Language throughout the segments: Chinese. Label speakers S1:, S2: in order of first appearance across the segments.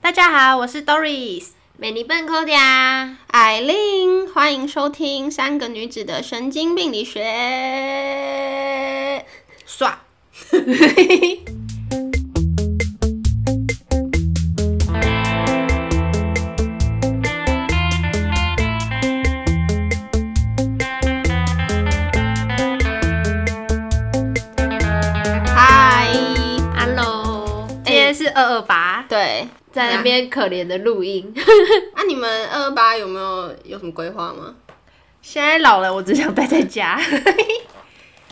S1: 大家好，我是 Doris。
S2: 美尼笨抠的啊！
S3: 艾琳，欢迎收听《三个女子的神经病理学》。
S1: 刷，
S3: 嗨，
S2: Hello，
S1: 今
S3: 哎
S1: 天是二二八，
S3: 对，
S2: 在那边可怜的录音，
S3: 啊那、你们二八有没有有什么规划吗？
S1: 现在老了，我只想待在 家。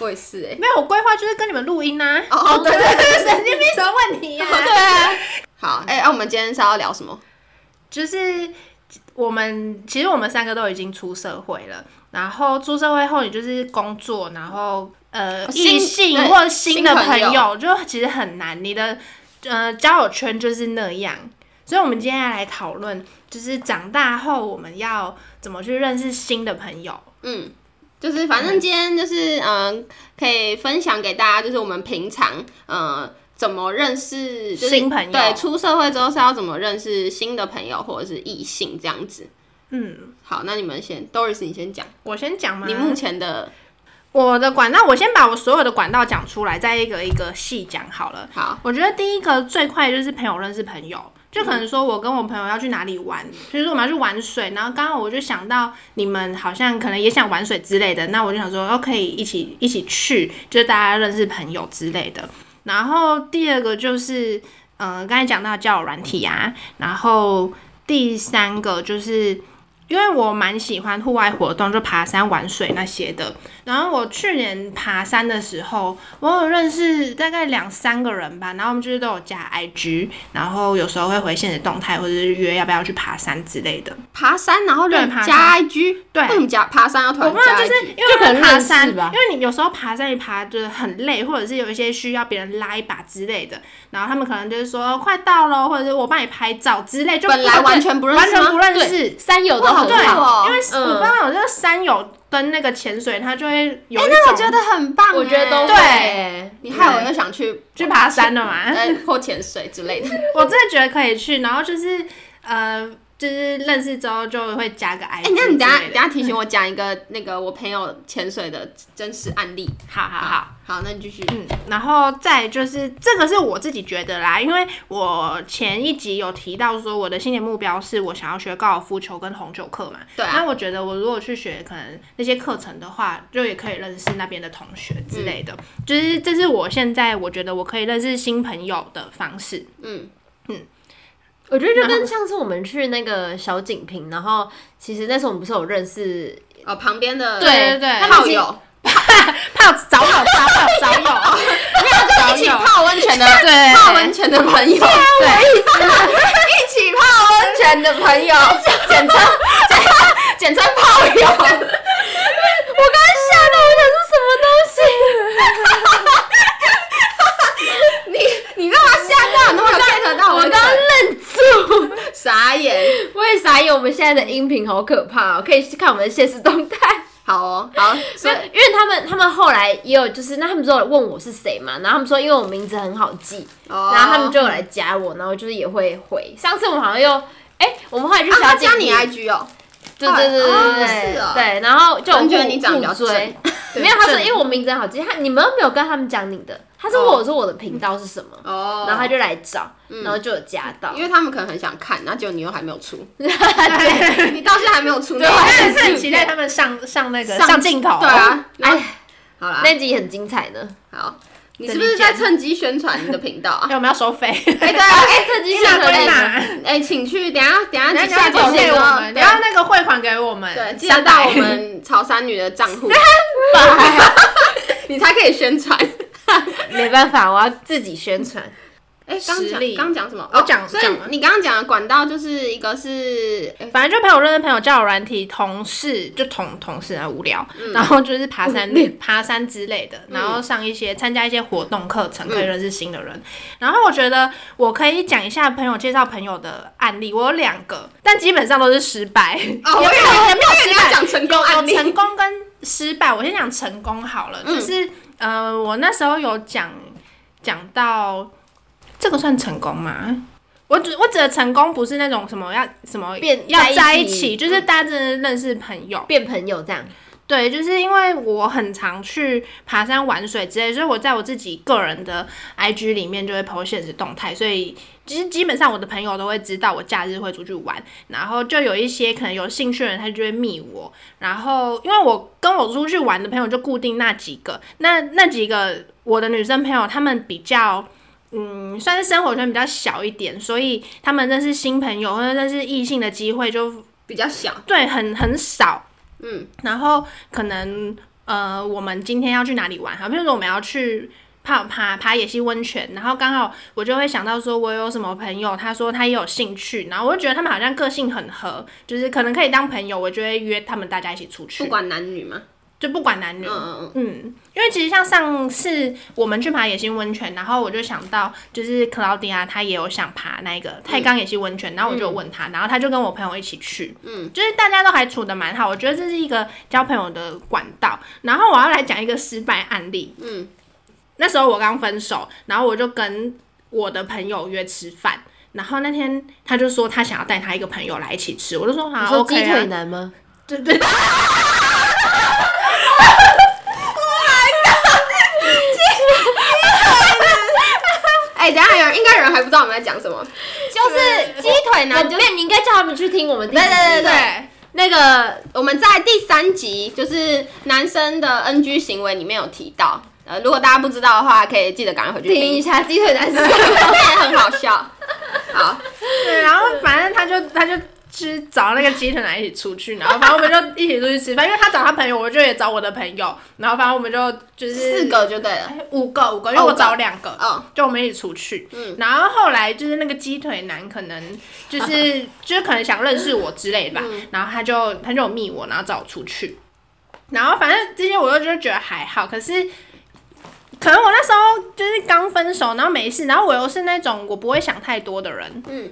S3: 我也是哎、
S1: 没有，我欸规划就是跟你们录音呐、啊。
S3: 哦
S1: 对对对， 神经病什么问 题呀、
S3: 啊。好，哎、那、我们今天是要聊什么？
S1: 就是我们其实我们三个都已经出社会了，然后出社会后你就是工作，然后呃
S3: 哦新
S1: 异性
S3: 对
S1: 或新的
S3: 新朋友
S1: 友，就其实很难，你的呃交友圈就是那样。所以，我们今天来讨论，就是长大后我们要怎么去认识新的朋友。
S3: 嗯，就是反正今天就是嗯、可以分享给大家，就是我们平常嗯、呃怎么认识、就是、
S1: 新朋友
S3: 对，出社会之后是要怎么认识新的朋友或者是异性这样子。
S1: 嗯，
S3: 好，那你们先，Doris 你先讲，
S1: 我先讲吗？
S3: 你目前的
S1: 我的管道，我先把我所有的管道讲出来，再一个一个细讲好了。
S3: 好，
S1: 我觉得第一个最快就是朋友认识朋友，就可能说我跟我朋友要去哪里玩，比如说我们要去玩水，然后刚好我就想到你们好像可能也想玩水之类的，那我就想说，哦，可以一起一起去，就是大家认识朋友之类的。然后第二个就是，呃，刚才讲到交友软体啊，然后第三个就是。因为我蛮喜欢户外活动，就爬山、玩水那些的。然后我去年爬山的时候，我有认识大概两三个人吧，然后我们就是都有加 IG，然后有时候会回现实动态，或者是约要不要去爬山之类的。
S3: 爬山，然后
S1: 对
S3: 人
S1: 爬
S3: 加 IG，
S1: 对
S3: 为什么加爬山要突
S1: 我
S3: 然
S1: 不知道，
S3: 哦加
S1: 就是
S3: IG？
S1: 因为
S2: 就可能
S1: 爬
S2: 认识
S1: 山
S2: 吧
S1: 因为你有时候爬山一爬就是很累，或者是有一些需要别人拉一把之类的，然后他们可能就是说快到喽，或者是我帮你拍照之类，就
S3: 本来
S1: 不
S3: 完全不认
S1: 完
S3: 识
S1: 全不
S3: 吗？
S1: 认识。
S2: 山友都
S3: 哇好
S2: 很
S1: 对，
S3: 酷
S2: 好。
S3: 哦
S1: 因为
S2: 嗯
S1: 我不知道有这个山友跟那个潜水，它就会有一种、
S3: 那我觉得很棒欸，
S2: 我觉得都
S1: 对
S2: 会，
S3: 你害我又想去
S1: 去爬山了 嘛。
S3: 呃或潜水之类的。
S1: 我真的觉得可以去，然后就是呃，就是认识之后就会加个 I。
S3: 哎，那你等下等
S1: 下，
S3: 下提醒我讲一个那个我朋友潜水的真实案例。
S1: 好好好。，
S3: 好，那你继续。
S1: 嗯，然后再就是这个是我自己觉得啦，因为我前一集有提到说我的新年目标是我想要学高尔夫球跟红酒课嘛，
S3: 对啊
S1: 那我觉得我如果去学可能那些课程的话，就也可以认识那边的同学之类
S3: 嗯
S1: 的，就是这是我现在我觉得我可以认识新朋友的方式。
S3: 嗯，
S2: 我觉得就跟上次我们去那个小景坪，然后其实那时候我们不是有认识，
S3: 哦，旁边的
S1: 对对对
S3: 炮友，
S1: 泡早有早有 早有，
S3: 没有就一起泡温泉的，
S1: 对
S3: 泡温泉的朋友，对， 一起泡温泉的朋 友，简称简简称炮 友。 你干嘛吓到？你都没有 get 到
S2: 我
S3: 我
S2: 刚
S3: 的
S2: 刚愣住，
S3: 傻眼。
S2: 我也傻眼。我们现在的音频好可怕哦，可以去看我们的现实动态。
S3: 好哦，好，所以
S2: 因为他们他们后来也有就是，那他们就有问我是谁嘛，然后他们说因为我名字很好记，
S3: 哦
S2: 然后他们就有来加我，然后就是也会回。上次我们好像又，哎、我们后来去
S3: 啊，
S2: 小
S3: 他
S2: 景
S3: 加你
S2: 点
S3: IG 哦，
S2: 对对对对
S3: 哦
S2: 对对，
S3: 是哦
S2: 对，然后就
S3: 突然
S2: 有
S3: 觉得
S2: 互
S3: 你长得比较
S2: 互追
S1: 正
S2: 没有，他说
S1: 正
S2: 因为我名字很好记，他你们又没有跟他们讲你的，他说
S3: 哦
S2: 我说我的频道是什么，
S3: 哦，
S2: 然后他就来找，然后就有加到
S3: 因，为他们可能很想看，然后结果你又还没有出，你到现在还没有出，对
S1: 我
S2: 还
S1: 也
S2: 很
S1: 是很
S2: 期
S1: 期
S2: 待
S1: 待他们上上那个上镜头，
S3: 对啊，
S2: 哎
S3: 哎，好啦，
S2: 那集很精彩呢，
S3: 好，你是不是在趁机宣传你的频道啊
S1: 哎，？我们要收费。
S3: 哎，对啊，哎
S2: 这集
S1: 哪
S2: 很
S1: 归
S2: 哎
S1: 哪，
S3: 哎，请去等一下等一下
S1: 人
S3: 去
S1: 家
S3: 下
S1: 抖
S3: 抖
S1: 内
S3: 内
S1: 我
S3: 哦
S1: 们，
S3: 对
S1: 然后那个汇款给我们，
S3: 对，记得到我们潮汕女的账户， 你才可以宣传。
S2: 没办法，我要自己宣传，
S3: 哎，刚
S1: 实
S3: 讲
S1: 力
S3: 刚讲什么？
S1: 我
S3: 哦
S1: 讲
S3: 所以
S1: 讲完
S3: 你刚刚讲的管道就是一个是哎
S1: 反正就陪我认识朋友，交友软体、同事就同同事啊无聊，
S3: 嗯
S1: 然后就是爬山、爬山之类的，然后上一些参加一些活动课程，
S3: 嗯
S1: 可以认识新的人。然后我觉得我可以讲一下朋友介绍朋友的案例，我有两个，但基本上都是失败，
S3: 哦，我
S1: 也没
S3: 以为
S1: 有也没有
S3: 我以为
S1: 失
S3: 你
S1: 败
S3: 要，讲成功
S1: 有啊
S3: 案例，
S1: 成功跟失败，我先讲成功好了，
S3: 嗯
S1: 就是、呃，我那时候有讲讲到这个算成功吗？我只我指的成功不是那种什么要什么
S2: 变
S1: 要
S2: 在
S1: 在
S2: 一
S1: 一起，
S2: 起
S1: 嗯就是大家真的认识朋友。
S2: 变朋友这样。
S1: 对，就是因为我很常去爬山、玩水之类，所以我在我自己个人的 IG 里面就会 po 现实动态，所以其实基本上我的朋友都会知道我假日会出去玩，然后就有一些可能有兴趣的人，他就会密我，然后因为我跟我出去玩的朋友就固定那几个，那那几个我的女生朋友，她们比较。嗯，算是生活圈比较小一点，所以她们认识新朋友或者认识异性的机会就
S3: 比较小，
S1: 对很很少，
S3: 嗯，
S1: 然后可能呃，我们今天要去哪里玩？好，比如说我们要去爬爬爬野溪温泉，然后刚好我就会想到说，我有什么朋友，他说他也有兴趣，然后我就觉得他们好像个性很合，就是可能可以当朋友，我就会约他们大家一起出去，
S3: 不管男女嘛。
S1: 就不管男
S3: 嗯
S1: 女。
S3: 嗯
S1: 嗯，因为其实像上次我们去爬野溪温泉，然后我就想到，就是 Claudia 她也有想爬那
S2: 嗯
S1: 个太钢野溪温泉，然后我就有问她，然后她就跟我朋友一起去，嗯，就是大家都还处的蛮好，我觉得这是一个交朋友的管道。然后我要来讲一个失败案例，
S3: 嗯嗯，
S1: 那时候我刚分手，然后我就跟我的朋友约吃饭。然后那天他就说他想要带他一个朋友来一起吃，我就说
S2: 你
S1: 好
S2: 说
S1: OK
S2: 鸡
S1: 啊
S2: 腿男吗？
S1: 对对对。
S3: 哎、等一下有人应该有人还不知道我们在讲什么，就是鸡腿
S2: 那
S3: 男就
S2: 对，你应该叫他们去听我们第一
S3: 对
S2: 集。
S3: 对对对，
S2: 那个
S3: 我们在第三集就是男生的 NG 行为里面有提到，呃，如果大家不知道的话，可以记得赶快回去
S2: 听
S3: 听
S2: 一
S3: 一下，
S2: 下鸡腿男是
S3: 这也很好笑。好，
S1: 对，然后反正他就他就去找那个鸡腿男一起出去，然后反正我们就一起出去吃饭，因为他找他朋友，我就也找我的朋友，然后反正我们就就是
S3: 四个就对了。
S1: 哎五个五个，因为
S3: 哦五
S1: 我
S3: 个
S1: 找两个，
S3: 哦，
S1: 就我们一起出去。
S3: 嗯
S1: 然后后来就是那个鸡腿男，可能就是 就是可能想认识我之类的吧，
S3: 嗯
S1: 然后他就他就有密我，然后找我出去。然后反正这些我就就觉得还好，可是可能我那时候就是刚分手，然后没事，然后我又是那种我不会想太多的人，
S3: 嗯，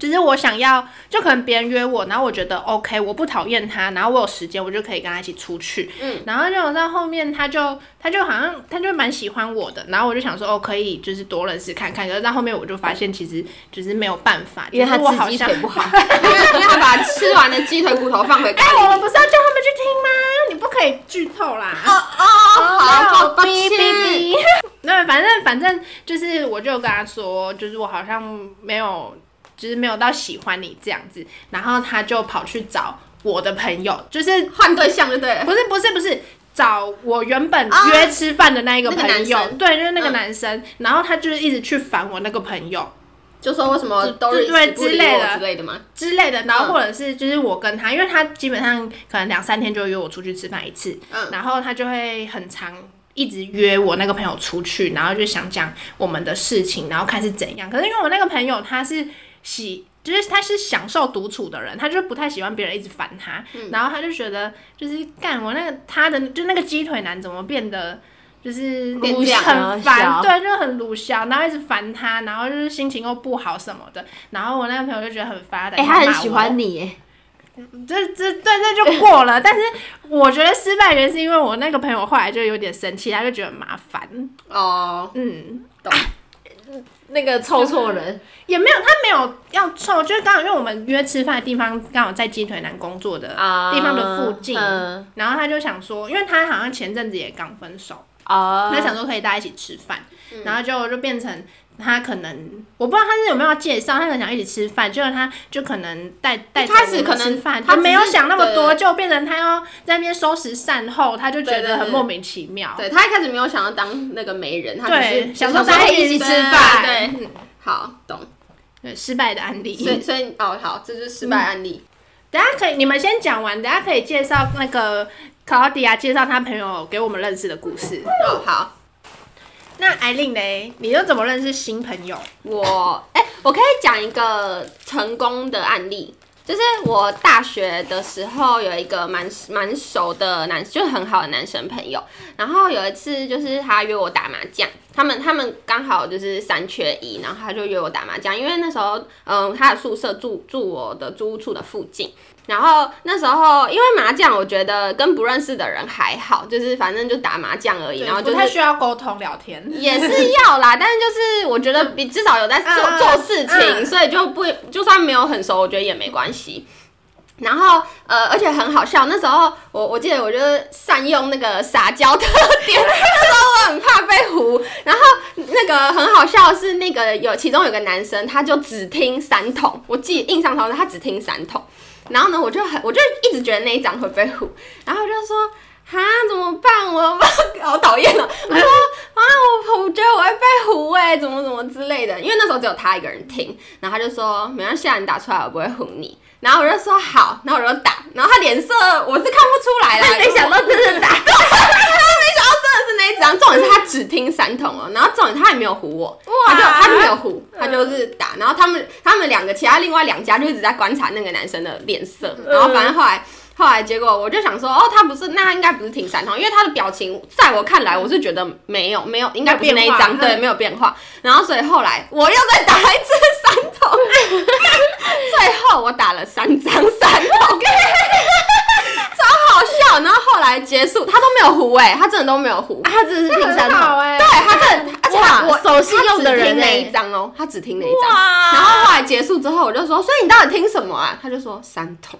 S1: 就是我想要，就可能别人约我，然后我觉得哦 OK，我不讨厌他，然后我有时间，我就可以跟他一起出去。
S3: 嗯，
S1: 然后就到后面，他就他就好像他就蛮喜欢我的，然后我就想说哦，可以就是多认识看看。可是到后面我就发现，其实就是没有办法，
S2: 因为他
S1: 就是我
S2: 吃
S1: 好
S2: 鸡
S1: 像
S2: 腿不好。
S3: 因为因为他把吃完的鸡腿骨头放回
S1: 哎
S3: 咖，喱
S1: 我
S3: 里。
S1: 们不是要叫他们去听吗？你不可以剧透啦。
S3: 哦，好，抱
S1: 哔哔
S3: 歉。
S1: 哔。那反正反正就是，我就有跟他说，就是我好像没有，就是没有到喜欢你这样子。然后他就跑去找我的朋友，就是
S3: 换对象就对了。
S1: 不是不是不是找我原本
S3: 啊
S1: 约吃饭的那一个
S3: 那个
S1: 朋
S3: 男
S1: 友，
S3: 生
S1: 对，就是那个
S3: 嗯
S1: 男生。然后他就是一直去烦我那个朋友，
S3: 就说为什么
S1: 对
S3: Doris
S1: 对
S3: 不理
S1: 之类
S3: 我
S1: 的
S3: 之类的吗？
S1: 之类的，然
S3: 嗯
S1: 后或者是就是我跟他，因为他基本上可能两三天就约我出去吃饭一次，
S3: 嗯
S1: 然后他就会很常一直约我那个朋友出去，然后就想讲我们的事情，然后看是怎样。可是因为我那个朋友他是喜，就是他是享受独处的人，他就不太喜欢别人一直烦他，
S3: 嗯
S1: 然后他就觉得就是干我那个他的就那个鸡腿男怎么变得。就是
S3: 变这样
S1: 很
S2: 啊
S1: 烦，
S2: 小
S1: 对，就是很鲁小，然后一直烦他，然后就是心情又不好什么的，然后我那个朋友就觉得很烦，
S2: 哎，他很喜欢你哎耶，
S1: 这这对这就过了， 但是我觉得失败原因是因为我那个朋友后来就有点生气，他就觉得很麻烦，
S3: 哦，
S1: 嗯，
S2: 那个凑错人，
S1: 也没有他没有要臭，就是刚好因为我们约吃饭的地方刚好在鸡腿男工作的
S2: 啊
S1: 地方的附近，
S2: 嗯
S1: 然后他就想说，因为他好像前阵子也刚分手，
S2: 哦，
S1: 他想说可以大家一起吃饭，
S3: 嗯
S1: 然后结果就变成他可能我不知道他是有没有要介绍，他可能想一起吃饭，结果他就可能带带着
S3: 开始
S1: 我们
S3: 可能
S1: 吃饭，他
S3: 他只是
S1: 没有想那么多，
S3: 对
S1: 就变成他要在那边收拾善后，他就觉
S3: 对对
S1: 得
S3: 对
S1: 很莫名其妙。
S3: 对他一开始没有想要当那个媒人，他只是
S1: 对想
S3: 说
S1: 说
S3: 大
S1: 大
S3: 家
S1: 家
S3: 一
S1: 一
S3: 起
S1: 起
S3: 吃
S1: 吃
S3: 饭，
S1: 饭
S3: 对，好，懂。
S1: 对，失败的案例。
S3: 所以所以哦，好，这就是失败案例。
S1: 等下可以，你们先讲完，等下可以介绍那个考迪亚介绍他朋友给我们认识的故事。
S3: 哦，好。
S1: 那艾琳嘞，你又怎么认识新朋友？
S3: 我哎、我可以讲一个成功的案例，就是我大学的时候有一个蛮蛮熟的男，就是很好的男生朋友。然后有一次就是他约我打麻将，他们他们刚好就是三缺一，然后他就约我打麻将，因为那时候嗯他的宿舍住住我的租屋处的附近，然后那时候因为麻将，我觉得跟不认识的人还好，就是反正就打麻将而已，然后
S1: 不
S3: 就是
S1: 太需要沟通聊天。
S3: 也是要啦，但是就是我觉得比至少有在做、
S1: 嗯
S3: 做事情，
S1: 嗯
S3: 所以就不就算没有很熟，我觉得也没关系。然后呃，而且很好笑，那时候我我记得我就是善用那个撒娇特点， 那时候我很怕被糊。然后那个很好笑的是那个有其中有个男生，他就只听三筒，我记印象中他只听三筒。然后呢，我就很我就一直觉得那一张会被糊，然后我就说。哈，怎么办？ 我好讨厌哦！我说啊，我我觉得我会被糊哎、怎么怎么之类的。因为那时候只有他一个人听，然后他就说没关系，啊，你打出来我不会糊你。然后我就说好，然后我就打，然后他脸色我是看不出来啦，
S2: 没想到真的 打，
S3: 真的是那一张，重点是他只听三筒哦，然后重点他也没有唬我，他就他就没有唬，
S2: 嗯
S3: 他就是打，然后他们他们两个其他另外两家就一直在观察那个男生的脸色，
S2: 嗯
S3: 然后反正后来。后来结果我就想说，哦，他不是，那他应该不是听三筒，因为他的表情在我看来，我是觉得没有没有，应该不是那一
S1: 没有
S3: 张，
S1: 变化
S3: 对，
S1: 嗯
S3: 没有变化。然后所以后来我又再打一次三筒，最后我打了三张三筒，超好笑。然后后来结束，他都没有胡哎、他真的都没有胡。
S2: 他真的是听三啊
S1: 很好
S2: 筒，
S1: 哎、
S3: 对他真的，而且他
S2: 哇
S3: 我
S2: 手信用的
S3: 他只
S2: 人
S3: 听那
S2: 欸
S3: 一张哦，他只听那一张。
S1: 哇
S3: 然后后来结束之后，我就说，所以你到底听什么啊？他就说三 筒，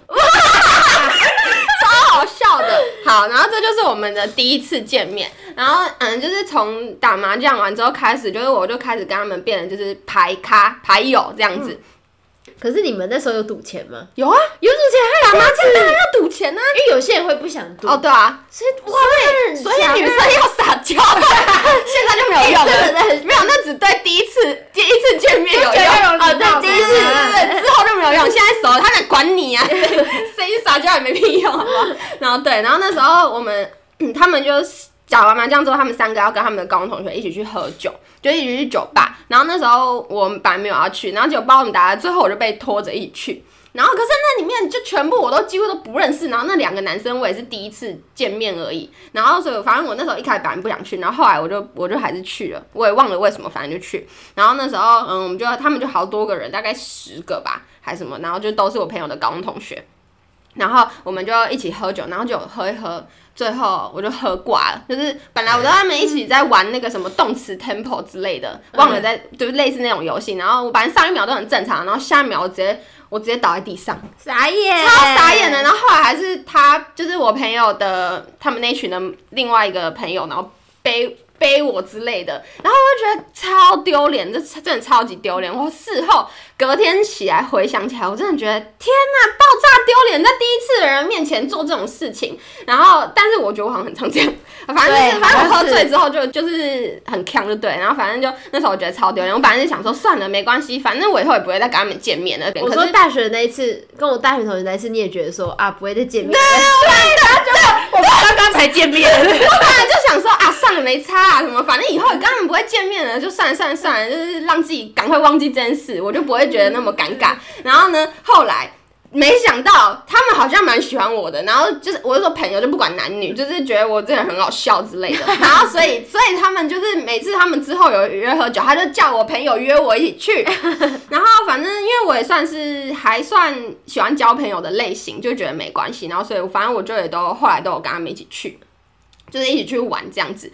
S3: 超好笑的。好，然后这就是我们的第一次见面。然后嗯，就是从打麻将完之后开始，就是我就开始跟他们变得就是牌咖牌友这样子。
S2: 可是你们那时候有赌钱吗？
S3: 嗯有啊，
S2: 有赌钱还
S3: 打麻将当然要赌钱啊。
S2: 因为有些人会不想赌
S3: 哦，，对啊，
S2: 所以哇，
S3: 所以女生要撒娇，嗯啊 现在就没有 用
S2: 真的
S3: 了，没有，那只对第一次第一次见面有
S1: 就
S3: 用
S1: 觉得有礼貌
S3: 哦，对，第一次
S1: 嗯
S3: 对，之后就没有用。现在熟了，他敢管你 啊？谁去撒娇也没屁用，好不好？然后对，然后那时候我们、嗯他们就是讲完麻将之后，他们三个要跟他们的高中同学一起去喝酒，就一起去酒吧。然后那时候我们本来没有要去，然后结果帮我们打到最后，我就被拖着一起去。然后可是那里面就全部我都几乎都不认识，然后那两个男生我也是第一次见面而已，然后所以反正我那时候一开始本来不想去，然后后来我就我就还是去了，我也忘了为什么，反正就去。然后那时候嗯，我们就他们就好多个人，大概十个吧还是什么，然后就都是我朋友的高中同学。然后我们就一起喝酒，然后就喝一喝，最后我就喝挂了。就是本来我跟他们一起在玩那个什么动词 tempo 之类的，忘了在就是类似那种游戏。然后我反正上一秒都很正常，然后下一秒我直接我直接倒在地上，
S2: 傻眼，
S3: 超傻眼的。然后后来还是他，就是我朋友的他们那群的另外一个朋友，然后背背我之类的，然后我就觉得超丢脸，这真的超级丢脸。我事后隔天起来回想起来，我真的觉得天呐，爆炸丢脸，在第一次的人面前做这种事情。然后，但是我觉得我好像很常这样，反正就是
S2: 对
S3: 反正我
S2: 好
S3: 喝
S2: 像是
S3: 醉之后就就是很呛就对，然后反正就那时候我觉得超丢脸，我本来是想说算了没关系，反正我以后也不会再跟他们见面了。
S2: 我
S3: 可
S2: 说
S3: 是
S2: 大学那一次，跟我大学同学那一次，你也觉得说啊，不会再见面了。
S1: 我们刚刚才见面，
S3: 我本来就想说啊，算了，没差啊，什么，反正以后也根本不会见面了，就算了算了算了，就是让自己赶快忘记这件事，我就不会觉得那么尴尬。然后呢，后来。没想到他们好像蛮喜欢我的，然后就是我就说朋友就不管男女，就是觉得我这个人很好笑之类的，然后所以所以他们就是每次他们之后有约喝酒，他就叫我朋友约我一起去，然后反正因为我也算是还算喜欢交朋友的类型，就觉得没关系，然后所以反正我就也都后来都有跟他们一起去，就是一起去玩这样子。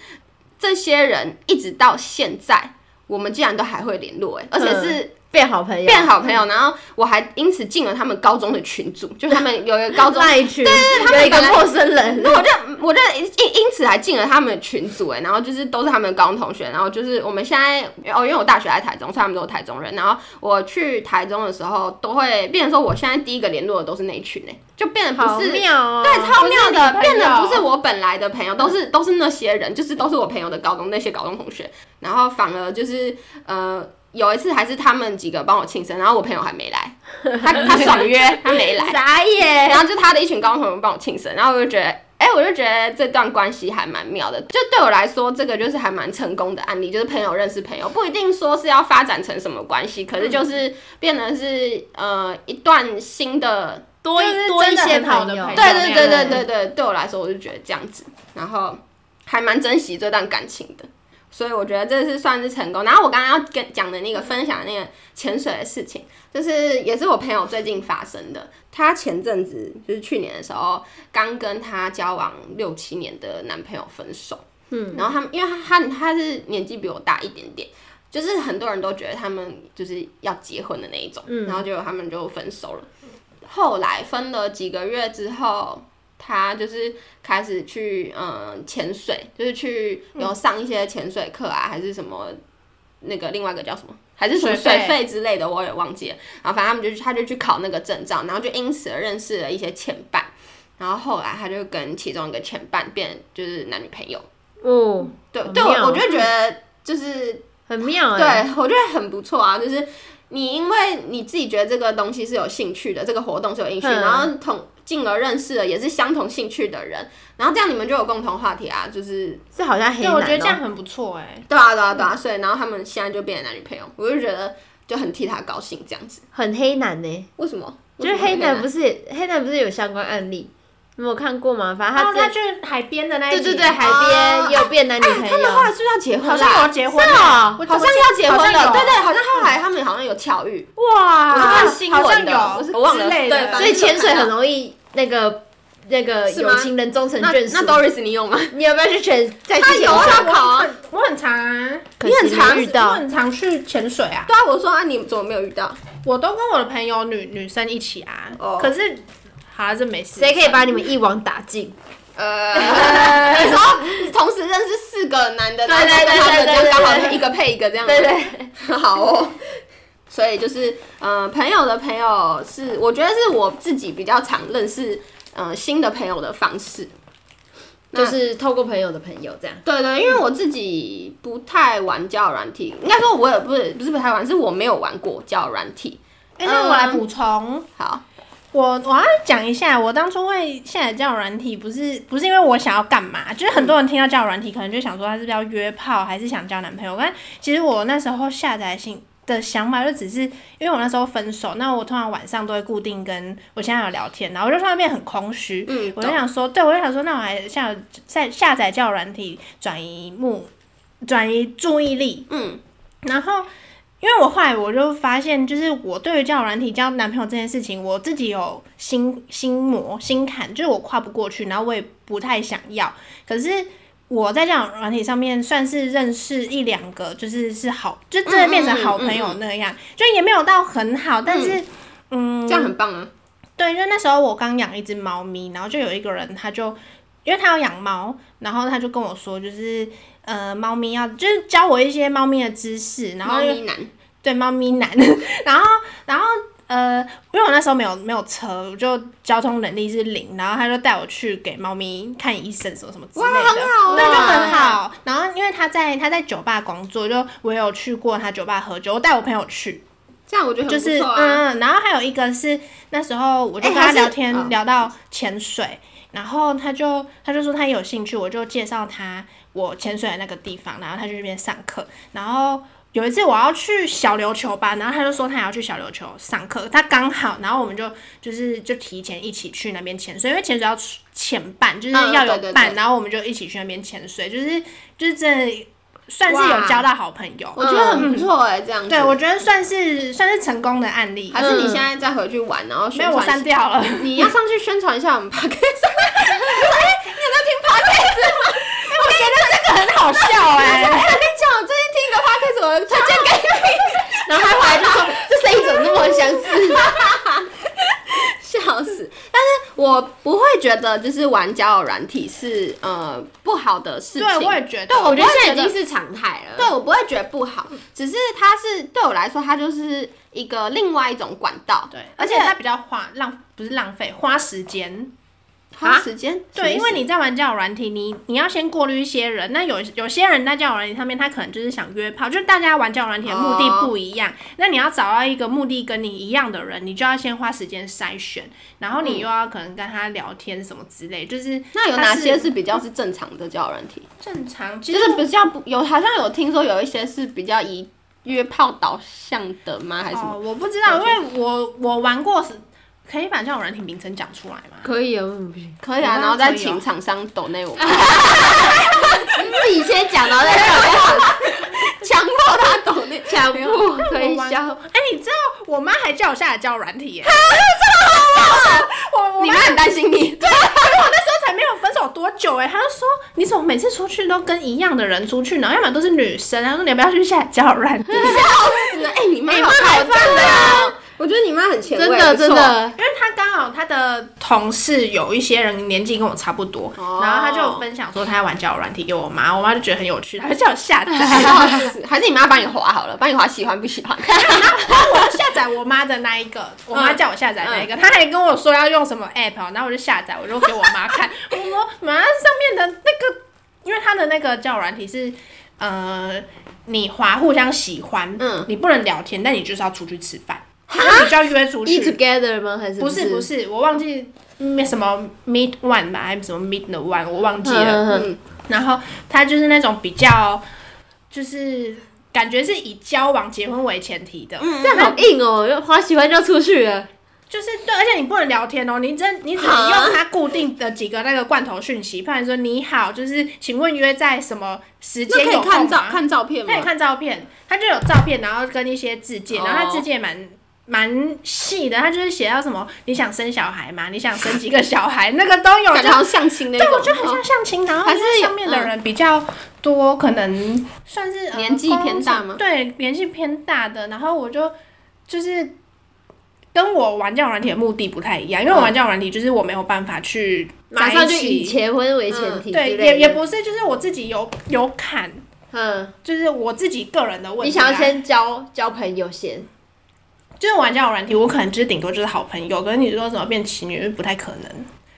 S3: 这些人一直到现在，我们竟然都还会联络、欸，而且是
S2: 变好朋友，
S3: 变好朋友。然后我还因此进了他们高中的群组，就是他们有一个高 中。
S2: 赖群，
S3: 他们
S2: 有一
S3: 本
S2: 个
S3: 来
S2: 陌生人，
S3: 那我就我就因因此还进了他们的群组哎、欸然后就是都是他们的高中同学，然后就是我们现在哦，因为我大学在台中，所以他们都是台中人。然后我去台中的时候，都会变成说我现在第一个联络的都是那一群哎、欸就变得不是
S2: 哦
S3: 对，超妙的，
S1: 不是
S3: 变
S1: 你朋友
S3: 得不是我本来的朋友，都是都是那些人，就是都是我朋友的高中那些高中同学，然后反而就是呃。有一次还是他们几个帮我庆生，然后我朋友还 没来，他他爽约，他没来，
S2: 傻眼。
S3: 然后就他的一群高中朋友帮我庆生，然后我就觉得，哎、我就觉得这段关系还蛮妙的。就对我来说，这个就是还蛮成功的案例，就是朋友认识朋友，不一定说是要发展成什么关系，可
S1: 嗯
S3: 是就是变得是呃一段新的
S1: 多
S2: 就是
S1: 多一
S2: 真的
S1: 些
S2: 很
S1: 朋友，
S2: 朋友
S1: 对
S3: 对对对
S2: 那
S3: 对
S2: 样
S3: 对对，对我来说我就觉得这样子，然后还蛮珍惜这段感情的。所以我觉得这是算是成功。然后我刚刚要跟讲的那个分享的那个潜水的事情，就是也是我朋友最近发生的。她前阵子就是去年的时候，刚跟她交往六七年的男朋友分手。嗯，然后他们因为他他他是年纪比我大一点点，就是很多人都觉得他们就是要结婚的那一种，
S1: 嗯
S3: 然后结果他们就分手了。后来分了几个月之后，他就是开始去嗯潜水，就是去有上一些潜水课啊，还是什么那个另外一个叫什么，还是什么
S1: 水费
S3: 水费之类的，我也忘记了。然后反正他们就去他就去考那个证照，然后就因此而认识了一些前伴。然后后来他就跟其中一个前伴变就是男女朋友，
S2: 哦，
S3: 对
S2: 很
S3: 对，我
S2: 妙
S3: 我就觉得就是
S2: 很妙哎、
S3: 对，我觉得很不错啊，就是你因为你自己觉得这个东西是有兴趣的，这个活动是有兴趣，
S2: 嗯
S3: 然后同进而认识了也是相同兴趣的人，然后这样你们就有共同话题啊，就是
S2: 这好像黑
S1: 对，
S2: 男、哦
S1: 我觉得这样很不错哎、
S3: 对啊对啊对啊，所以然后他们现在就变成男女朋友，我就觉得就很替他高兴这样子。
S2: 很黑男呢、
S3: 为什么？
S2: 就是黑
S3: 男
S2: 男不是黑男不是有相关案例，你有看过吗？反正
S1: 然
S2: 他
S1: 后
S2: 自、
S1: 他去海边的那一
S2: 对
S1: 集
S2: 对对，海
S3: 哦
S2: 边也有变男女朋友，哦
S3: 后来是不是要结婚哦
S1: 好
S3: 了？
S1: 像有结婚
S2: 是哦
S1: 我
S3: 好像要结婚
S1: 好像
S3: 了，
S1: 有
S3: 对对，好像后来他们好像有巧遇，
S1: 哇，
S3: 我是看新闻的
S1: 好像有，
S3: 我是
S1: 忘了，
S3: 之类
S1: 对，
S3: 的
S1: 反正
S2: 所以潜水很容易那个那个
S3: 是吗
S2: 有情人终成
S3: 那
S2: 眷属。
S3: 那 Doris 你有吗？
S2: 你要不要去潜？再去
S3: 他
S2: 潜
S3: 有啊
S2: 水
S3: 他考啊，
S1: 我很常啊，
S2: 可惜
S3: 你很常
S2: 没遇
S1: 我
S2: 到，
S1: 很常去潜水啊，
S3: 对啊，我说啊，你怎么没有遇到？
S1: 我都跟我的朋友女女生一起啊，
S3: 哦
S1: 可是好像这没事，
S2: 谁可以把你们一网打尽？
S3: 呃，那时候同时认识四个男的，
S2: 对
S3: 然后跟他们
S2: 对对对
S3: 这样刚
S2: 对
S3: 好
S2: 对
S3: 一个配一个这样，
S2: 对 对，
S3: 好哦。所以就是，呃，朋友的朋友是，我觉得是我自己比较常认识，呃，新的朋友的方式。那
S2: 就是透过朋友的朋友这样。
S3: 对对，因为我自己不太玩交友软体，应该说我也不是不是不太玩，是我没有玩过交友软体。
S1: 哎、那我来
S2: 嗯
S1: 补充，
S3: 好，
S1: 我我要讲一下，我当初会下载交友软体，不是不是因为我想要干嘛，就是很多人听到交友软体，可能就想说他是不是要约炮，还是想交男朋友。但其实我那时候下载性的想法，就只是因为我那时候分手，那我通常晚上都会固定跟我现在有聊天，然后我就突然变很空虚，
S3: 嗯
S1: 我就想说，对我就想说，那我还下下下载交友软体转移目转移注意力，
S3: 嗯，
S1: 然后，因为我后来我就发现，就是我对于交友软体、交男朋友这件事情，我自己有心心魔、心坎，就是我跨不过去，然后我也不太想要。可是我在交友软体上面算是认识一两个，就是是好，就真的变成好朋友那样，就也没有到很好，但是。嗯
S3: 这样很棒啊。
S1: 对，就那时候我刚养一只猫咪，然后就有一个人，他就因为他要养猫，然后他就跟我说，就是呃，猫咪要就是教我一些猫咪的知识，然后
S3: 猫咪男，
S1: 对猫咪男， 然后然后呃，因为我那时候没有没有车，我就交通能力是零，然后他就带我去给猫咪看医生什么什么之类的，
S3: 好
S1: 对，就很
S3: 啊
S1: 好。然后因为他在他在酒吧工作，就我有去过他酒吧喝酒，我带我朋友去，
S3: 这样我觉得
S1: 就
S3: 很不
S1: 是
S3: 错啊。
S1: 嗯，嗯然后还有一个是那时候我就
S3: 哎
S1: 跟他
S3: 还是
S1: 聊天、
S3: 嗯
S1: 聊到潜水，然后他就他就说他有兴趣，我就介绍他我潜水的那个地方，然后他就去那边上课，然后。有一次我要去小琉球吧，然后他就说他也要去小琉球上课，他刚好，然后我们就就是就提前一起去那边潜水，因为潜水要潜伴，就是
S3: 嗯
S1: 要有
S3: 对对对
S1: 伴，然后我们就一起去那边潜水，就是就是这算是有
S3: 哇
S1: 交到好朋友，
S3: 我觉得很不错哎，这样子。
S1: 对我觉得算是算是成功的案例，
S3: 还是你
S2: 嗯
S3: 现在再回去玩，然后
S1: 没
S3: 宣
S1: 有，我
S3: 传一
S1: 删掉 了。
S3: 你要上去宣传一下我们 podcast，
S1: 这个很好笑哎、
S3: 我跟你讲，我最近听一个 podcast，我推荐给
S2: 然后他回来就说：“这声音怎么那么相似
S3: 笑死。但是我不会觉得就是玩交友软体是呃不好的事情，
S1: 对，我也觉得。？”
S3: 我
S2: 我觉得
S3: 不会
S2: 这
S3: 觉
S2: 已
S3: 得
S2: 经是常态了。
S3: 对我不会觉得不好，只是它是对我来说，它就是一个另外一种管道，
S1: 对，而
S3: 而且
S1: 且它比较花浪，不是浪费，花时间。
S3: 花时间，
S1: 对，
S3: 什么意思
S1: 因为你在玩交友软体，你你要先过滤一些人。那有有些人在交友软体上面，他可能就是想约炮，就是大家玩交友软体的目的
S3: 哦
S1: 不一样。那你要找到一个目的跟你一样的人，你就要先花时间筛选，然后你又要可能跟他聊天什么之类，就是
S3: 嗯那有哪
S1: 它
S3: 些是比较是正常的交友软体？
S1: 正常？其
S3: 就
S1: 实
S3: 是比较不有，好像有听说有一些是比较以约炮导向的吗？还是什么？
S1: 哦，我不知道，因为我我玩过是，可以把这种人体名称讲出来吗？
S2: 可以啊，为什么不行？
S3: 可以啊，
S1: 我
S3: 然后再
S1: 可以哦
S3: 请厂商抖内我们，
S2: 自己先讲，然后再讲，
S3: 强迫他抖 内，
S2: 强 迫推销。
S1: 哎、你知道我妈还叫我下来教软体耶、我我
S3: 你
S1: 妈
S3: 妈很担心你，
S1: 那时候才没有分手多久哎、她就说你怎么每次出去都跟一样的人出去呢？要么都是女生，她说你要不要去下来教软体？
S3: 真的哎， 你妈好好棒啊！我觉得你妈很前卫，
S2: 真的
S3: 不错
S2: 真，的，
S1: 因为他刚好他的同事有一些人年纪跟我差不多，
S3: 哦
S1: 然后他就有分享说他要玩交友软体给我妈，我妈就觉得很有趣，她就叫我下载，
S3: 笑死还是你妈帮你划好了，帮你划喜欢不喜欢，
S1: 我要下载我妈的那一个，我妈叫我下载那一个，她还跟我说要用什么 app，哦然后我就下载，我就给我妈看，我说妈上面的那个，因为他的那个交友软体是呃。你滑互相喜欢，
S3: 嗯
S1: 你不能聊天，但你就是要出去吃饭，你就要约出去
S2: eat together 吗？还是
S1: 不是
S2: 是
S1: 不
S2: 是？
S1: 是，我忘记嗯什么 Meet One 吧，还是什么 Meet the One，我忘记了。
S2: 嗯嗯
S3: 嗯，
S1: 然后他就是那种比较，就是感觉是以交往、结婚为前提的，
S2: 这样好硬哦，要花喜欢就要出去了。
S1: 就是对，而且你不能聊天哦，你真你只能用它固定的几个那个罐头讯息，譬如说你好，就是请问约在什么时
S3: 那
S1: 间
S3: 可
S1: 有
S3: 以看
S1: 空
S3: 照
S1: 吗？
S3: 看照片
S1: 可以
S3: 吗？
S1: 看照片，他就有照片，然后跟一些字界，
S3: 哦
S1: 然后他字界蛮蛮细的，他就是写到什么你想生小孩吗？你想生几个小孩，那个都 有。
S3: 感
S1: 就
S3: 觉好像相亲那种，
S1: 对，我觉得很
S2: 哦
S1: 像相亲，然后
S3: 还是
S1: 因为上面的
S2: 嗯
S1: 人比较多，可能算是、呃
S3: 年纪偏大吗
S1: 工作对，年纪偏大的，然后我就就是。跟我玩交友软体的目的不太一样，因为我玩交友软体就是我没有办法去
S2: 嗯马
S1: 在
S2: 上
S1: 一
S2: 就
S1: 起
S2: 以结婚为前
S3: 嗯
S2: 提之
S1: 对，
S2: 类的，
S1: 也也不是，就是我自己有有坎，
S2: 嗯，
S1: 就是我自己个人的问题啊。
S2: 你想要先交交朋友先，
S1: 就是玩交友软体，我可能就是顶多就是好朋友，可是你说怎么变情侣，不太可能。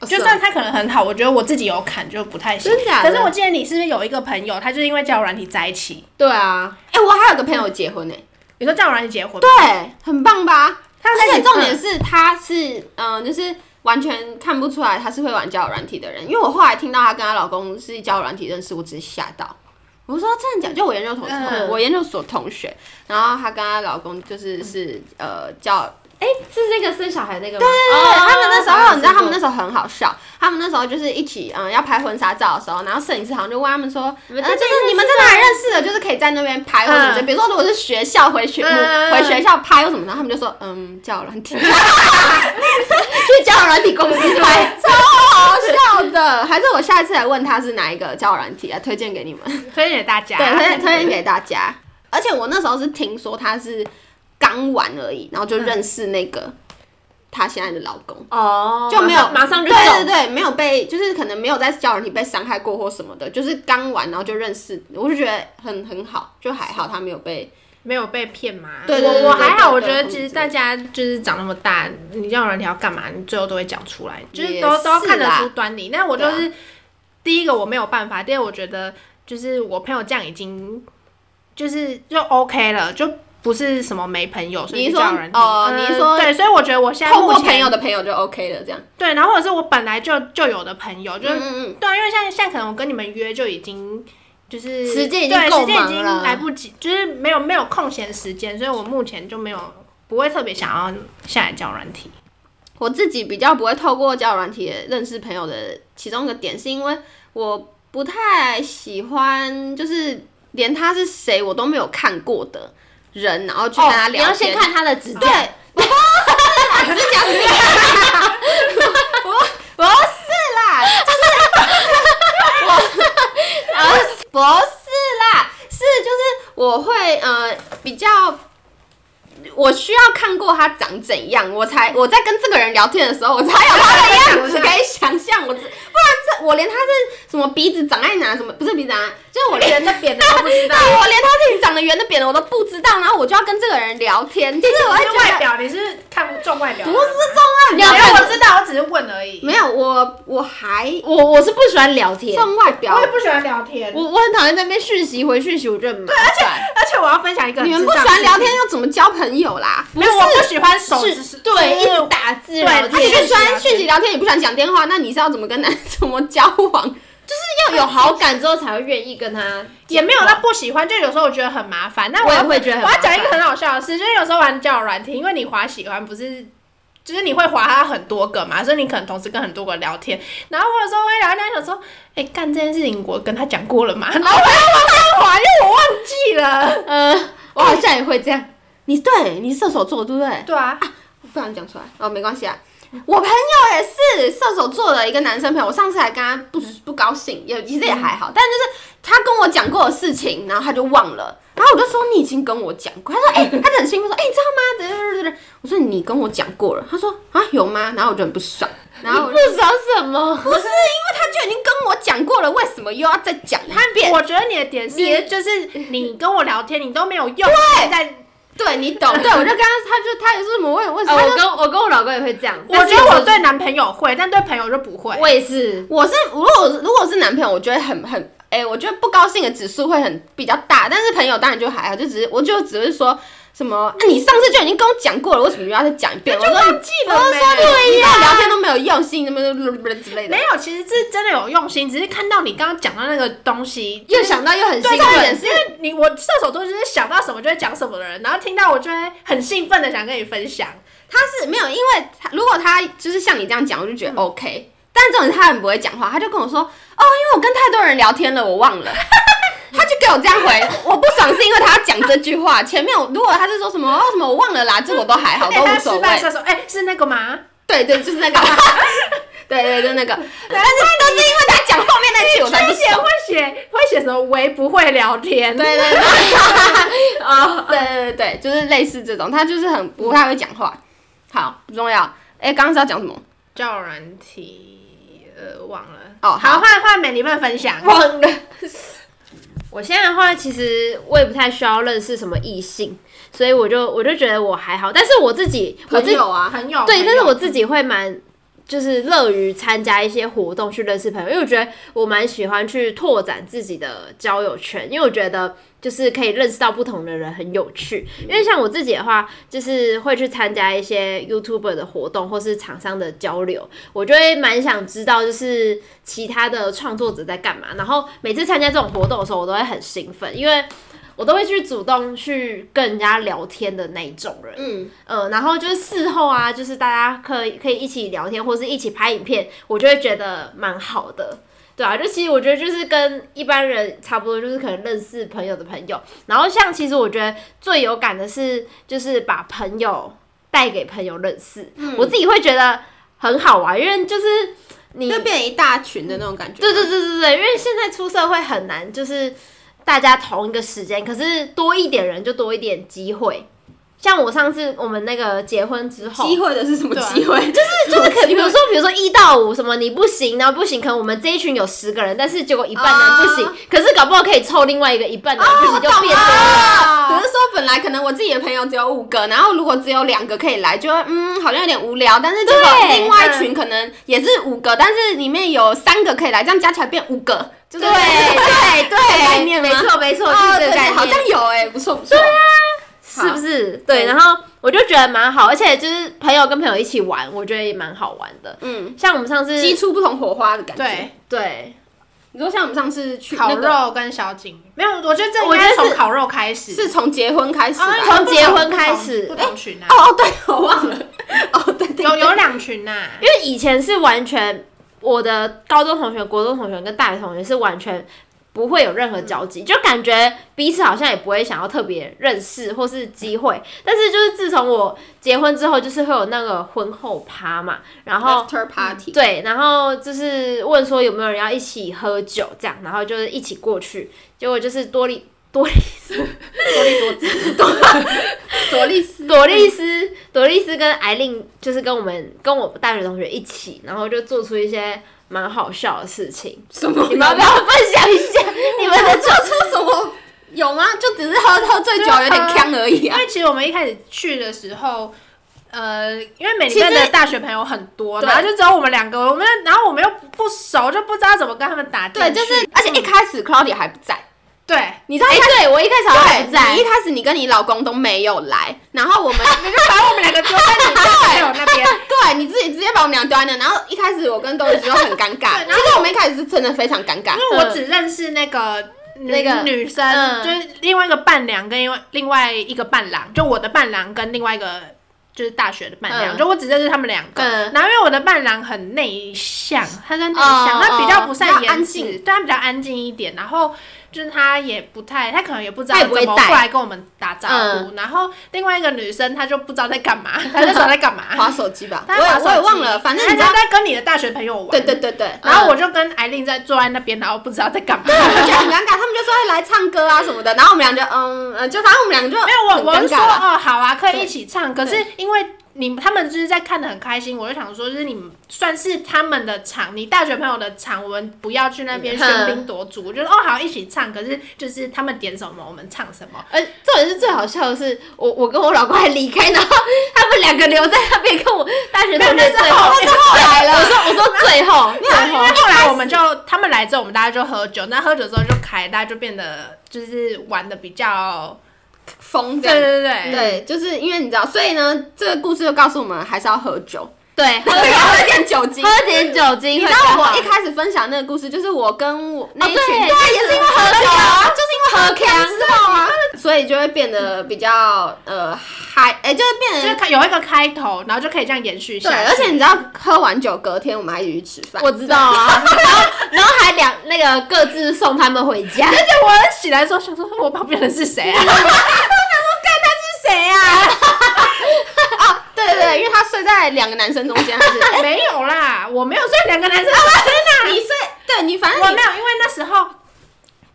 S3: 哦
S1: 就是
S3: 哦
S1: 算他可能很好，我觉得我自己有坎就不太行。
S2: 啊真假的
S1: 可是我记得你是不是有一个朋友，他就是因为交友软体在一起？
S2: 对啊，
S3: 哎、我还有个朋友结婚呢、
S1: 你说交友软体结婚？，
S3: 对，很棒吧？
S1: 他们在
S3: 而
S1: 一
S3: 且
S1: 起
S3: 重点是，他是嗯、呃就是完全看不出来他是会玩交友软体的人，因为我后来听到她跟她老公是交友软体认识，我只是吓到。我说真的假的？就我研究同、
S1: 嗯
S3: 我研究所同学，然后她跟她老公就是是呃叫
S2: 哎，是那个生小孩那个吗？
S3: 对，
S2: 对
S3: 他们那时候，你知道他们那
S2: 那
S3: 时候很好笑，他们那时候就是一起，嗯，要拍婚纱照的时候，然后摄影师好像就问他们说，
S2: 你们
S3: 呃
S2: 在
S3: 就
S2: 这边
S3: 是你们在哪里认识的？就是可以在那边拍或者什么的，
S1: 嗯
S3: 比如说如果是学校回学
S1: 嗯
S3: 回学校拍或什么的，他们就说，嗯，交友软体， 去交友软体公司拍，超好笑的。还是我下一次来问他是哪一个交友软体啊，推荐给你们。
S1: 推荐给大家。
S3: 对，推荐推荐给大家。而且我那时候是听说他是刚玩而已，然后就认识那个她现在的老公，
S2: 哦，
S3: 就没有
S2: 马上马上就
S3: 对对
S2: 走，
S3: 对，没有被就是可能没有在交友软体被伤害过或什么的，就是刚玩然后就认识，我就觉得很很好，就还好他没有被
S1: 没有被骗嘛？
S3: 对对对
S1: 我我
S3: 对对
S1: 还好，
S3: 对
S1: 我
S3: 对
S1: 觉得
S3: 对
S1: 其实大家就是长那么大，你交友软体要干嘛，你最后都会讲出来，就是
S3: 也
S1: 都都
S3: 是
S1: 看得
S3: 啦
S1: 出端倪。但我就
S3: 对啊
S1: 是、第一个我没有办法，第二我觉得就是我朋友这样已经就是就 OK 了，就不是什么没朋友，所以
S3: 你
S1: 就
S3: 说
S1: 交友软体
S3: 哦
S1: 嗯
S3: 你说
S1: 对，所以我觉得我现在
S3: 透过
S1: 目前
S3: 朋友的朋友就 OK 了这样。
S1: 对，然后或者是我本来就就有的朋友，就
S3: 嗯
S1: 是、
S3: 嗯嗯，
S1: 对啊，因为现在现在可能我跟你们约就已经就是
S2: 时间已经
S1: 对
S2: 够
S1: 时间已
S2: 忙
S1: 经
S2: 了
S1: 来不及，就是没有没有空闲时间，所以我目前就没有不会特别想要下来教软体。
S3: 我自己比较不会透过交友软体认识朋友的其中一个点，是因为我不太喜欢就是连他是谁我都没有看过的人，然后去跟他
S2: 哦，你
S3: 聊
S2: 要
S3: 天。
S2: 先看他的指
S3: 对
S2: 甲，，
S3: 不是讲不不是啦，就是我不是啦，是就是我会呃比较。我需要看过他长怎样，我才我在跟这个人聊天的时候，我才有他的样子可以想象。我只不然这我连他是什么鼻子长在哪，什么不是鼻子长在哪，就是我连
S2: 圆的扁的都不知 道
S3: 对我连他自己长得圆的扁的我都不知道，然后我就要跟这个人聊天，就是我会
S1: 因
S3: 觉
S1: 为
S3: 得
S1: 外表你是看重外表
S3: 不
S1: 吗，
S3: 是重
S1: 没
S3: 要，
S1: 有，
S3: 你
S1: 我知道，我只是问而已。
S3: 没有，我我还
S2: 我我是不喜欢聊天，
S3: 重外表
S1: 我，也不喜欢聊天，
S2: 我我很讨厌在那边讯息回讯息，我觉得很麻烦。
S1: 而且我要分享一个很
S3: 你们
S1: 智
S3: 不喜
S1: 障
S3: 欢
S1: 的
S3: 聊
S1: 事情
S3: 天，要怎么交朋友啦？
S1: 没有，我不喜欢手指
S2: 是，对，一直打字
S1: 对
S2: 聊
S1: 他
S3: 那你
S1: 也
S2: 天，
S3: 不
S1: 是
S3: 喜欢讯息聊天，也不喜欢讲电话，那你是要怎么跟男 怎么交往？
S2: 要有好感之后才会愿意跟他，
S1: 也没有到不喜欢，就有时候我觉得很麻烦。那
S2: 我
S1: 要
S2: 也会觉得很
S1: 哎我要讲一个
S2: 麻烦
S1: 很好笑的事，就是有时候玩交友软体，因为你滑喜欢不是就是你会划它很多个嘛，所以你可能同时跟很多个聊天，然后或者说会聊天想说，哎、干这件事情我跟他讲过了嘛，然后我要往上滑，因为我忘记了。
S2: 呃，我好像也会这样。
S3: 你对你是射手座对不对？
S1: 对啊，
S3: 我不想讲出来哦，没关系啊。我朋友也是射手座的一个男生朋友，我上次还跟他不不高兴，也其实也还好，但就是他跟我讲过的事情，然后他就忘了，然后我就说你已经跟我讲过，他说哎、他就很兴奋说哎、你知道吗？对对对对，我说你跟我讲过了，他说啊有吗？然后我就很不爽，然后我
S2: 不
S3: 就
S2: 知道什么，
S3: 不是因为他就已经跟我讲过了，为什么又要再讲一遍？
S1: 我觉得你的点
S3: 你
S1: 是，就是你跟我聊天，你都没有用，对，在
S3: 对你 懂，对我就跟他，他就他也是哦我也为什
S2: 呃，
S3: 么？他
S2: 我
S3: 就
S2: 跟我跟我老公也会这样。
S1: 我觉得我对男朋友会，但对朋友就不会。
S2: 我也是，
S3: 我是如果如果是男朋友，我觉得很很哎、我觉得不高兴的指数会很比较大，但是朋友当然就还好，就只是我就只是说什么，啊、你上次就已经跟我讲过了，为什么又要再讲一遍？我
S1: 就
S3: 说
S1: 忘
S3: 你
S1: 记
S3: 我
S1: 了
S3: 就
S1: 呗
S3: 说对呀，聊天都没有用心，那么 之类的
S1: 没。有，其实是真的有用心，只是看到你刚刚讲到那个东西，
S2: 又想到又很兴
S1: 对，重点
S2: 奋。
S1: 是因为你我射手座就是想到什么就会讲什么的人，然后听到我就会很兴奋的想跟你分享。
S3: 他是没有，因为他如果他就是像你这样讲，我就觉得 OK。但这种人他很不会讲话，他就跟我说：“哦，因为我跟太多人聊天了，我忘了。”他就给我这样回，我不爽是因为他要讲这句话。前面我如果他是说什么哦什么我忘了啦，这我都还好，
S1: 哎
S3: 都
S1: 他
S3: 无
S1: 失
S3: 所谓。
S1: 败射手，哎、是那个吗？
S3: 对对，就是那个，对对就那个。但是但是因为他讲后面那句，我才不
S1: 而且
S3: 爽
S1: 会。写会写什么为不会聊天，
S3: 对对对，啊，对对对，就是类似这种，他就是很不太会讲话。好，不重要。哎，刚刚是要讲什么？
S1: 叫软体，呃，忘了。
S3: 哦好
S1: 好，换换美，你们分享。
S3: 忘了。
S2: 我现在的话，其实我也不太需要认识什么异性，所以我就我就觉得我还好。但是我自己，我自己
S3: 啊，
S1: 朋友
S2: 对，
S1: 朋
S2: 但是
S1: 友
S2: 我自己会蛮就是乐于参加一些活动去认识朋友，因为我觉得我蛮喜欢去拓展自己的交友圈，因为我觉得就是可以认识到不同的人很有趣。因为像我自己的话，就是会去参加一些 YouTuber 的活动或是厂商的交流，我就会蛮想知道就是其他的创作者在干嘛。然后每次参加这种活动的时候，我都会很兴奋，因为。我都会去主动去跟人家聊天的那一种人，
S3: 嗯，
S2: 呃，然后就是事后啊，就是大家可以可以一起聊天，或是一起拍影片，我就会觉得蛮好的，对啊，就其实我觉得就是跟一般人差不多，就是可能认识朋友的朋友。然后像其实我觉得最有感的是，就是把朋友带给朋友认识，我自己会觉得很好玩，因为就是你
S3: 就变成一大群的那种感觉。
S2: 对对对对对，因为现在出社会很难，就是大家同一个时间，可是多一点人就多一点机会。像我上次我们那个结婚之后，
S3: 机会的是什么机 会？就是
S2: 就是可比如说比如说一到五什么你不行，然后不行，可能我们这一群有十个人，但是结果一半人不行，
S3: 啊
S2: 可是搞不好可以抽另外一个一半人不行就变多啊了。
S3: 啊，只是说本哦来可能我自己的朋友只有五个，然后如果只有两个可以来，就会嗯好像有点无聊。但是结果
S2: 对
S3: 另外一群可能也是五个，但是里面有三个可以来，这样加起来变五个，就
S2: 对
S3: 是
S2: 对对，
S3: 概念吗
S2: 没错 没错，就是
S3: 哦，
S2: 这个
S3: 对
S2: 概念。
S3: 好像有哎，不错不错。对啊，
S2: 是不是？
S3: 对
S2: 对，然后我就觉得蛮好，而且就是朋友跟朋友一起玩，我觉得也蛮好玩的。
S3: 嗯，
S2: 像我们上次
S3: 激出不同火花的感觉。，
S1: 对
S2: 对，
S3: 你说像我们上次去
S1: 烤
S3: 那个
S1: 肉跟小景没有，我觉得这应
S2: 我觉
S1: 该
S2: 得
S1: 从
S2: 是
S1: 烤肉开始，
S3: 是从结婚开始吧
S1: 啊因为
S2: 从
S1: 不
S2: 结
S1: 同
S2: 婚
S1: 不
S2: 开
S1: 同
S2: 始
S1: 不同群啊，
S3: 哦哦，对，我忘了。哦，对对，
S1: 有
S3: 对
S1: 有两群啊呐，
S2: 因为以前是完全我的高中同学、国中同学跟大学同学是完全不会有任何交集，就感觉彼此好像也不会想要特别认识或是机会。但是就是自从我结婚之后，就是会有那个婚后趴嘛，然后
S3: after party，
S2: 对，然后就是问说有没有人要一起喝酒这样，然后就是一起过去，结果就是多利多利
S3: 多利多姿，多多利斯，
S2: 朵丽丝朵丽丝跟艾琳就是跟我们跟我大学同学一起，然后就做出一些蛮好笑的事情，
S3: 什么？
S2: 你们要不要分享一下 你们的
S3: 做出什么？有吗？就只是喝喝醉酒，
S1: 对啊
S3: 有点呛而已
S1: 因
S3: 啊。
S1: 为其实我们一开始去的时候。呃，因为每
S3: 其实
S1: 个的大学朋友很多，
S3: 对
S1: 然后就只有我们两个，我们然后我们又不熟，就不知道怎么跟他们打进去。
S3: 对，
S1: 嗯
S3: 就是，而且一开始 Claudia 还不在，
S1: 对，
S3: 你知道
S2: 哎、
S3: 一开始。
S2: 对我一开始好像还不在
S3: 你一，开始你跟你老公都没有来，然后我们
S1: 就把我们两个丢在你朋友那边。
S3: 对你自己直接把我们俩丢在那，然后一开始我跟东宇就很尴尬，
S1: 对然嗯
S3: 其实我们一开始是真的非常尴尬，
S1: 因为我只认识那个女。
S2: 那个
S1: 女生、
S2: 嗯
S1: 就是另外一个伴娘跟另外另外一个伴郎，就我的伴郎跟另外一个就是大学的伴郎，
S3: 嗯
S1: 就我只认识他们两个。
S2: 嗯
S3: 呃
S1: 然后因为我的伴郎很内向，他算内
S3: 哦
S1: 向，他比较不
S3: 哦
S1: 善
S3: 比较安
S1: 言
S3: 静
S1: 辞，对他比较安静一点。然后就是他也不太，他可能也不知道
S3: 他也
S1: 怎
S3: 不会
S1: 么
S3: 带嗯
S1: 过来跟我们打招呼。然后另外一个女生，她就不知道在干嘛，她那时候在干 嘛？
S3: 划手机吧，我
S1: 她
S3: 也
S1: 在滑嗯手
S3: 我也忘
S1: 机
S3: 了，反正你
S1: 她
S3: 知道
S1: 她，在跟你的大学朋友玩。嗯
S3: 对对嗯对对，
S1: 然后我就跟艾琳在坐在那边，然后不知道在干嘛。
S3: 我就觉得很尴尬，他们就说哎来唱歌啊什么的，然后我们俩就嗯呃，就反正我们俩 就
S1: 没有，我我
S3: 很
S1: 是说
S3: 尴尬啦
S1: 哦，好啊，可以
S3: 对
S1: 一起唱。可是因为你他们就是在看的很开心，我就想说，就是你们算是他们的场，你大学朋友的场，我们不要去那边
S2: 嗯
S1: 喧宾夺主。我觉得哦，好，一起唱。可是就是他们点什么，我们唱什么。
S2: 而呃重点是最好笑的是，我我跟我老公还离开，然后他们两个留在那边跟我大学同学最后面。
S3: 后来了
S2: 我说我说最 后，
S1: 然
S2: 最
S1: 后
S2: 后
S1: 因为后来我们就他们来之后，我们大家就喝酒。那喝酒之后就开，大家就变得就是玩的比较，
S3: 疯这
S1: 对
S3: 样。
S1: 对对
S3: 对，就是因为你知道，所以呢，这个故事就告诉我们还是要喝酒，
S2: 对喝
S3: 喝点酒精。
S2: 喝点酒精
S3: 你
S2: 会
S3: 知
S2: 更
S3: 道
S2: 好，哦
S3: 我一开始分享那个故事，就是我跟我那一群，对，
S2: 对
S3: 也是因为喝酒啊，就是因为喝
S2: 喝
S3: 康之后啊，所以就会变得比较呃嗨，哎、就是变
S1: 就是
S3: 得
S1: 开有一个开头，然后就可以这样延续下
S3: 对，
S1: 去。
S3: 而且你知道，喝完酒隔天我们还一起去吃饭，
S2: 我知道啊，然后然后还两那个各自送他们回家，
S1: 而且我起来的时候想说，我旁边的是谁 啊？
S3: 谁啊？哦，对对对，因为他睡在两个男生中间，还是
S1: 没有啦，我没有睡两个男生，
S3: 啊你睡？对你反
S1: 我
S3: 正
S1: 没有，因
S3: 你
S1: 为那时候。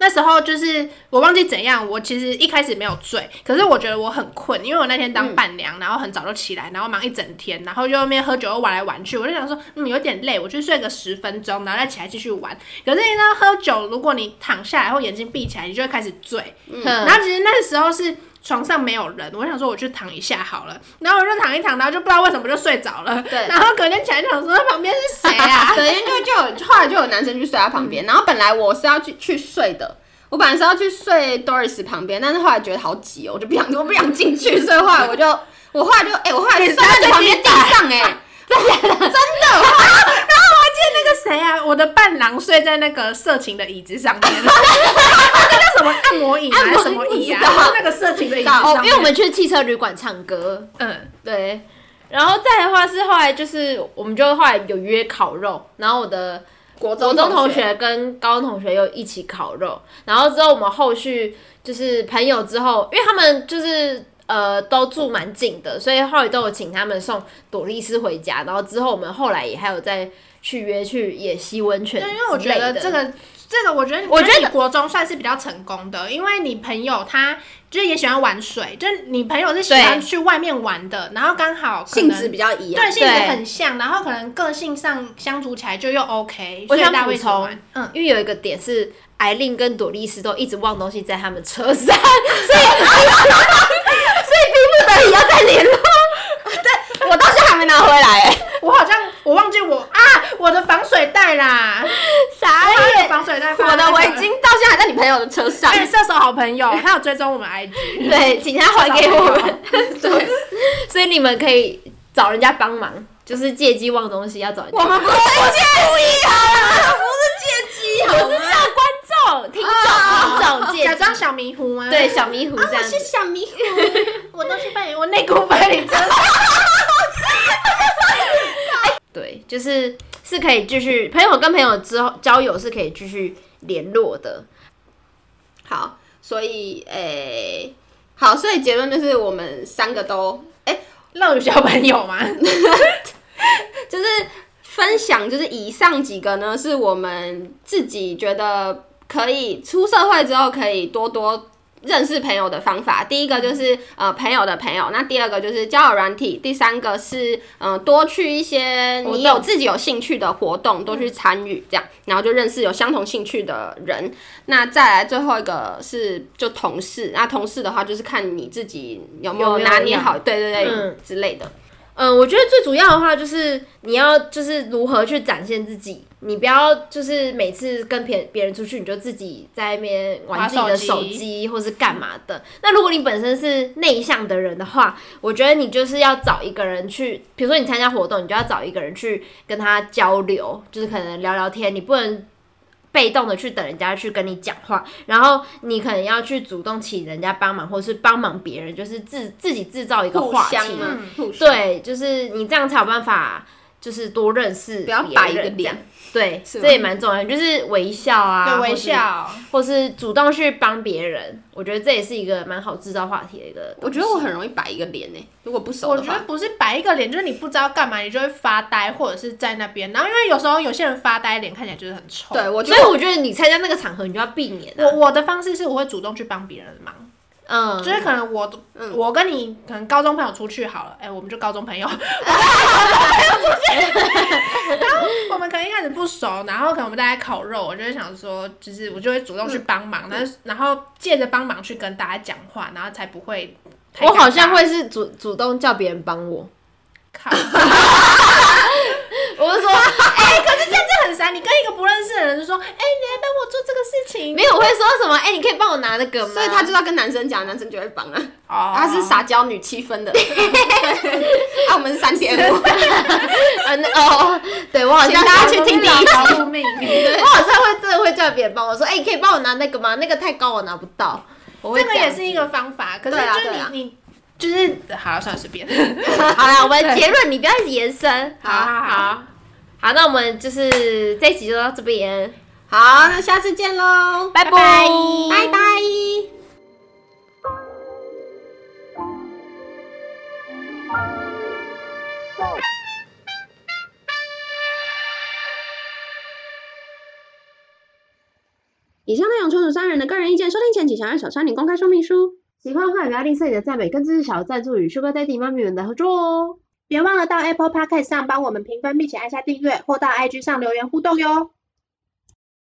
S1: 那时候就是我忘记怎样，我其实一开始没有醉，可是我觉得我很困，因为我那天
S3: 嗯
S1: 当伴娘，然后很早就起来，然后忙一整天，然后就在那边喝酒又玩来玩去，我就想说，嗯，有点累，我去睡个十分钟，然后再起来继续玩。可是你知道喝酒，如果你躺下来或眼睛闭起来，你就会开始醉，然
S2: 嗯，
S1: 后其实那时候是床上没有人，我想说我去躺一下好了，然后我就躺一躺，然后就不知道为什么就睡着了。
S3: 对？
S1: 然后隔天起来就想说旁边是谁啊
S3: 对，因为就就有后来就有男生去睡他旁边，然后本来我是要去去睡的。我本来是要去睡 Doris 旁边，但是后来觉得好挤哦，我就不想，我不想进去，所以后来我就，我后来就，哎、我后来睡在你旁边地上、哎，
S1: 发现那个谁啊，我的伴郎睡在那个色情的椅子上面，那个叫什么按摩椅吗还是什么椅啊？
S3: 按摩椅不知道
S1: 那个色情的椅子上
S2: 哦，
S1: 面
S2: 因为我们去汽车旅馆唱歌，
S1: 嗯，
S2: 对，然后再的话是后来就是我们就后来有约烤肉，然后我的
S3: 国
S2: 国
S3: 中
S2: 中同
S3: 学，
S2: 学跟高中同学又一起烤肉，然后之后我们后续就是呃朋友之后，因为他们就是。呃，都住蛮近的，所以后来都有请他们送朵丽丝回家。然后之后我们后来也还有再去约去野溪温泉之
S1: 对，
S2: 类的，
S1: 因为我觉得这个。这个我觉得，
S2: 我觉得
S1: 你国中算是比较成功的，因为你朋友他就是也喜欢玩水，就是你朋友是喜欢
S2: 对
S1: 去外面玩的，然后刚好可
S3: 性
S1: 能
S3: 质比较啊一样
S1: 对，，性质
S2: 对
S1: 很像，然后可能个性上相处起来就又 OK，
S2: 我
S1: 所以
S2: 想
S1: 大
S2: 补
S1: 卫
S2: 充
S1: 玩，嗯，
S2: 因为有一个点是，艾琳跟朵丽丝都一直忘东西在他们 车上，所以所以逼不得已要再联络。
S3: 我到现在还没拿回来、哎，
S1: 我好像我忘记我啊，我的防水袋啦，
S2: 傻
S1: 我
S2: 眼，
S1: 的防水袋，
S3: 我的围。巾到现在还在你朋友的车
S2: 啊
S3: 上，
S1: 对，哎射手好朋友，他有追踪我们 IG，
S2: 对，请他还给我
S1: 找不
S2: 们
S1: 到。
S3: 对，
S2: 所以你们可以找人家帮忙，就是借机忘东西要找人 家。
S3: 我们不是借机好吗？不是借机好
S2: 我
S3: 吗？
S2: 是叫观众、听众、听众借
S1: 假
S2: 机
S1: 装小迷糊吗？
S2: 对，小迷糊这
S3: 我
S2: 样
S3: 是
S2: 子。
S3: 小迷糊，
S1: 我东西被我内裤被你遮到，
S2: 对，就是是可以继续朋友跟朋友之后交友是可以继续联络的。
S3: 好，所以诶、好，所以结论就是我们三个都哎诶、
S1: 露有小朋友
S2: 啊
S1: 吗？
S3: 就是分享，就是以上几个呢，是我们自己觉得可以出社会之后可以多多。认识朋友的方法，第一个就是呃朋友的朋友，那第二个就是交友软体，第三个是嗯、呃多去一些
S2: 活
S3: 你
S2: 动
S3: 有自己有兴趣的活动，多去参与这样，然后就认识有相同兴趣的人。那再来最后一个是就同事，那同事的话就是看你自己有没
S2: 有
S3: 有
S2: 没有
S3: 拿捏
S2: 养
S3: 好，对对对、
S2: 嗯
S3: 之类的。
S2: 嗯，我觉得最主要的话就是你要就是如何去展现自己，你不要就是每次跟别别人出去你就自己在那边玩自己的手
S1: 滑手
S2: 机或是干嘛的。那如果你本身是内向的人的话，我觉得你就是要找一个人去，比如说你参加活动，你就要找一个人去跟他交流，就是可能聊聊天，你不能。被动的去等人家去跟你讲话，然后你可能要去主动请人家帮忙，或是帮忙别人，就是自自己制造一个
S3: 互
S2: 话
S3: 相
S2: 题。
S3: 嘛，互相
S2: 对，就是你这样才有办法，就是多认识
S3: 不要
S2: 别
S3: 摆一个
S2: 人这样
S3: 脸。，
S2: 对，
S3: 是
S2: 这也蛮重要的，就是微笑啊，
S1: 对微
S2: 或是，
S1: 笑，
S2: 或是主动去帮别人，我觉得这也是一个蛮好制造话题的一个东西。
S3: 我觉得我很容易摆一个脸呢、如果不熟
S1: 我
S3: 的
S1: 觉得
S3: 话，
S1: 不是摆一个脸，就是你不知道干嘛，你就会发呆，或者是在那边。然后因为有时候有些人发呆，脸看起来就是很臭。
S3: 对我觉
S2: 所
S3: 得
S2: 以我觉得你参加那个场合，你就要避免、
S1: 我
S2: 啊。
S1: 我的方式是我会主动去帮别人的忙，
S2: 嗯，
S1: 就是可能我、
S3: 嗯
S1: 我跟你可能高中朋友出去好了，哎、我们就高中朋 友，我跟高中朋友出去，然后我们可能一开始不熟，然后可能我们大家烤肉，我就会想说，就是我就会主动去帮忙，但是
S3: 嗯
S1: 然后借着帮忙去跟大家讲话，然后才不会太尴尬。
S2: 我好 像会是主主动叫别人帮我，
S1: 靠，
S2: 我是说
S1: 这很傻，你跟一个不认识的人就说，哎、你来帮我做这个事情，
S2: 没有，我会说什么？哎、你可以帮我拿那个吗？
S3: 所以他就要跟男生讲，男生就会帮啊。
S1: 哦，
S3: 他是撒娇女七 分的，啊，我们是三点五，
S2: 呃那哦，对我好像
S3: 请大家去听第一集
S1: 条命。
S2: 我好像会真的会叫别人帮我说，哎、你可以帮我拿那个吗？那个太高我拿不到。我会
S1: 这个
S2: 样
S1: 也
S2: 子
S1: 是一个方法，可是
S3: 对啊
S1: 就是你、
S3: 对啊
S1: 你就是好了，算了，随便。
S2: 好啦，我们结论你不要一直延伸。
S3: 好
S1: 好
S2: 好好，那我们就是这一集就到这边，
S3: 好，那下次见喽，
S2: 拜拜
S3: 拜拜。
S4: 以上内容纯属三人的个人意见，收听前请详阅小山林公开说明书。喜欢的话，也不要吝啬你的赞美，更支持小赞助与 Sugar Daddy 妈咪们的合作哦。别忘了到 Apple Podcast 上帮我们评分，并且按下订阅，或到 IG 上留言互动哟。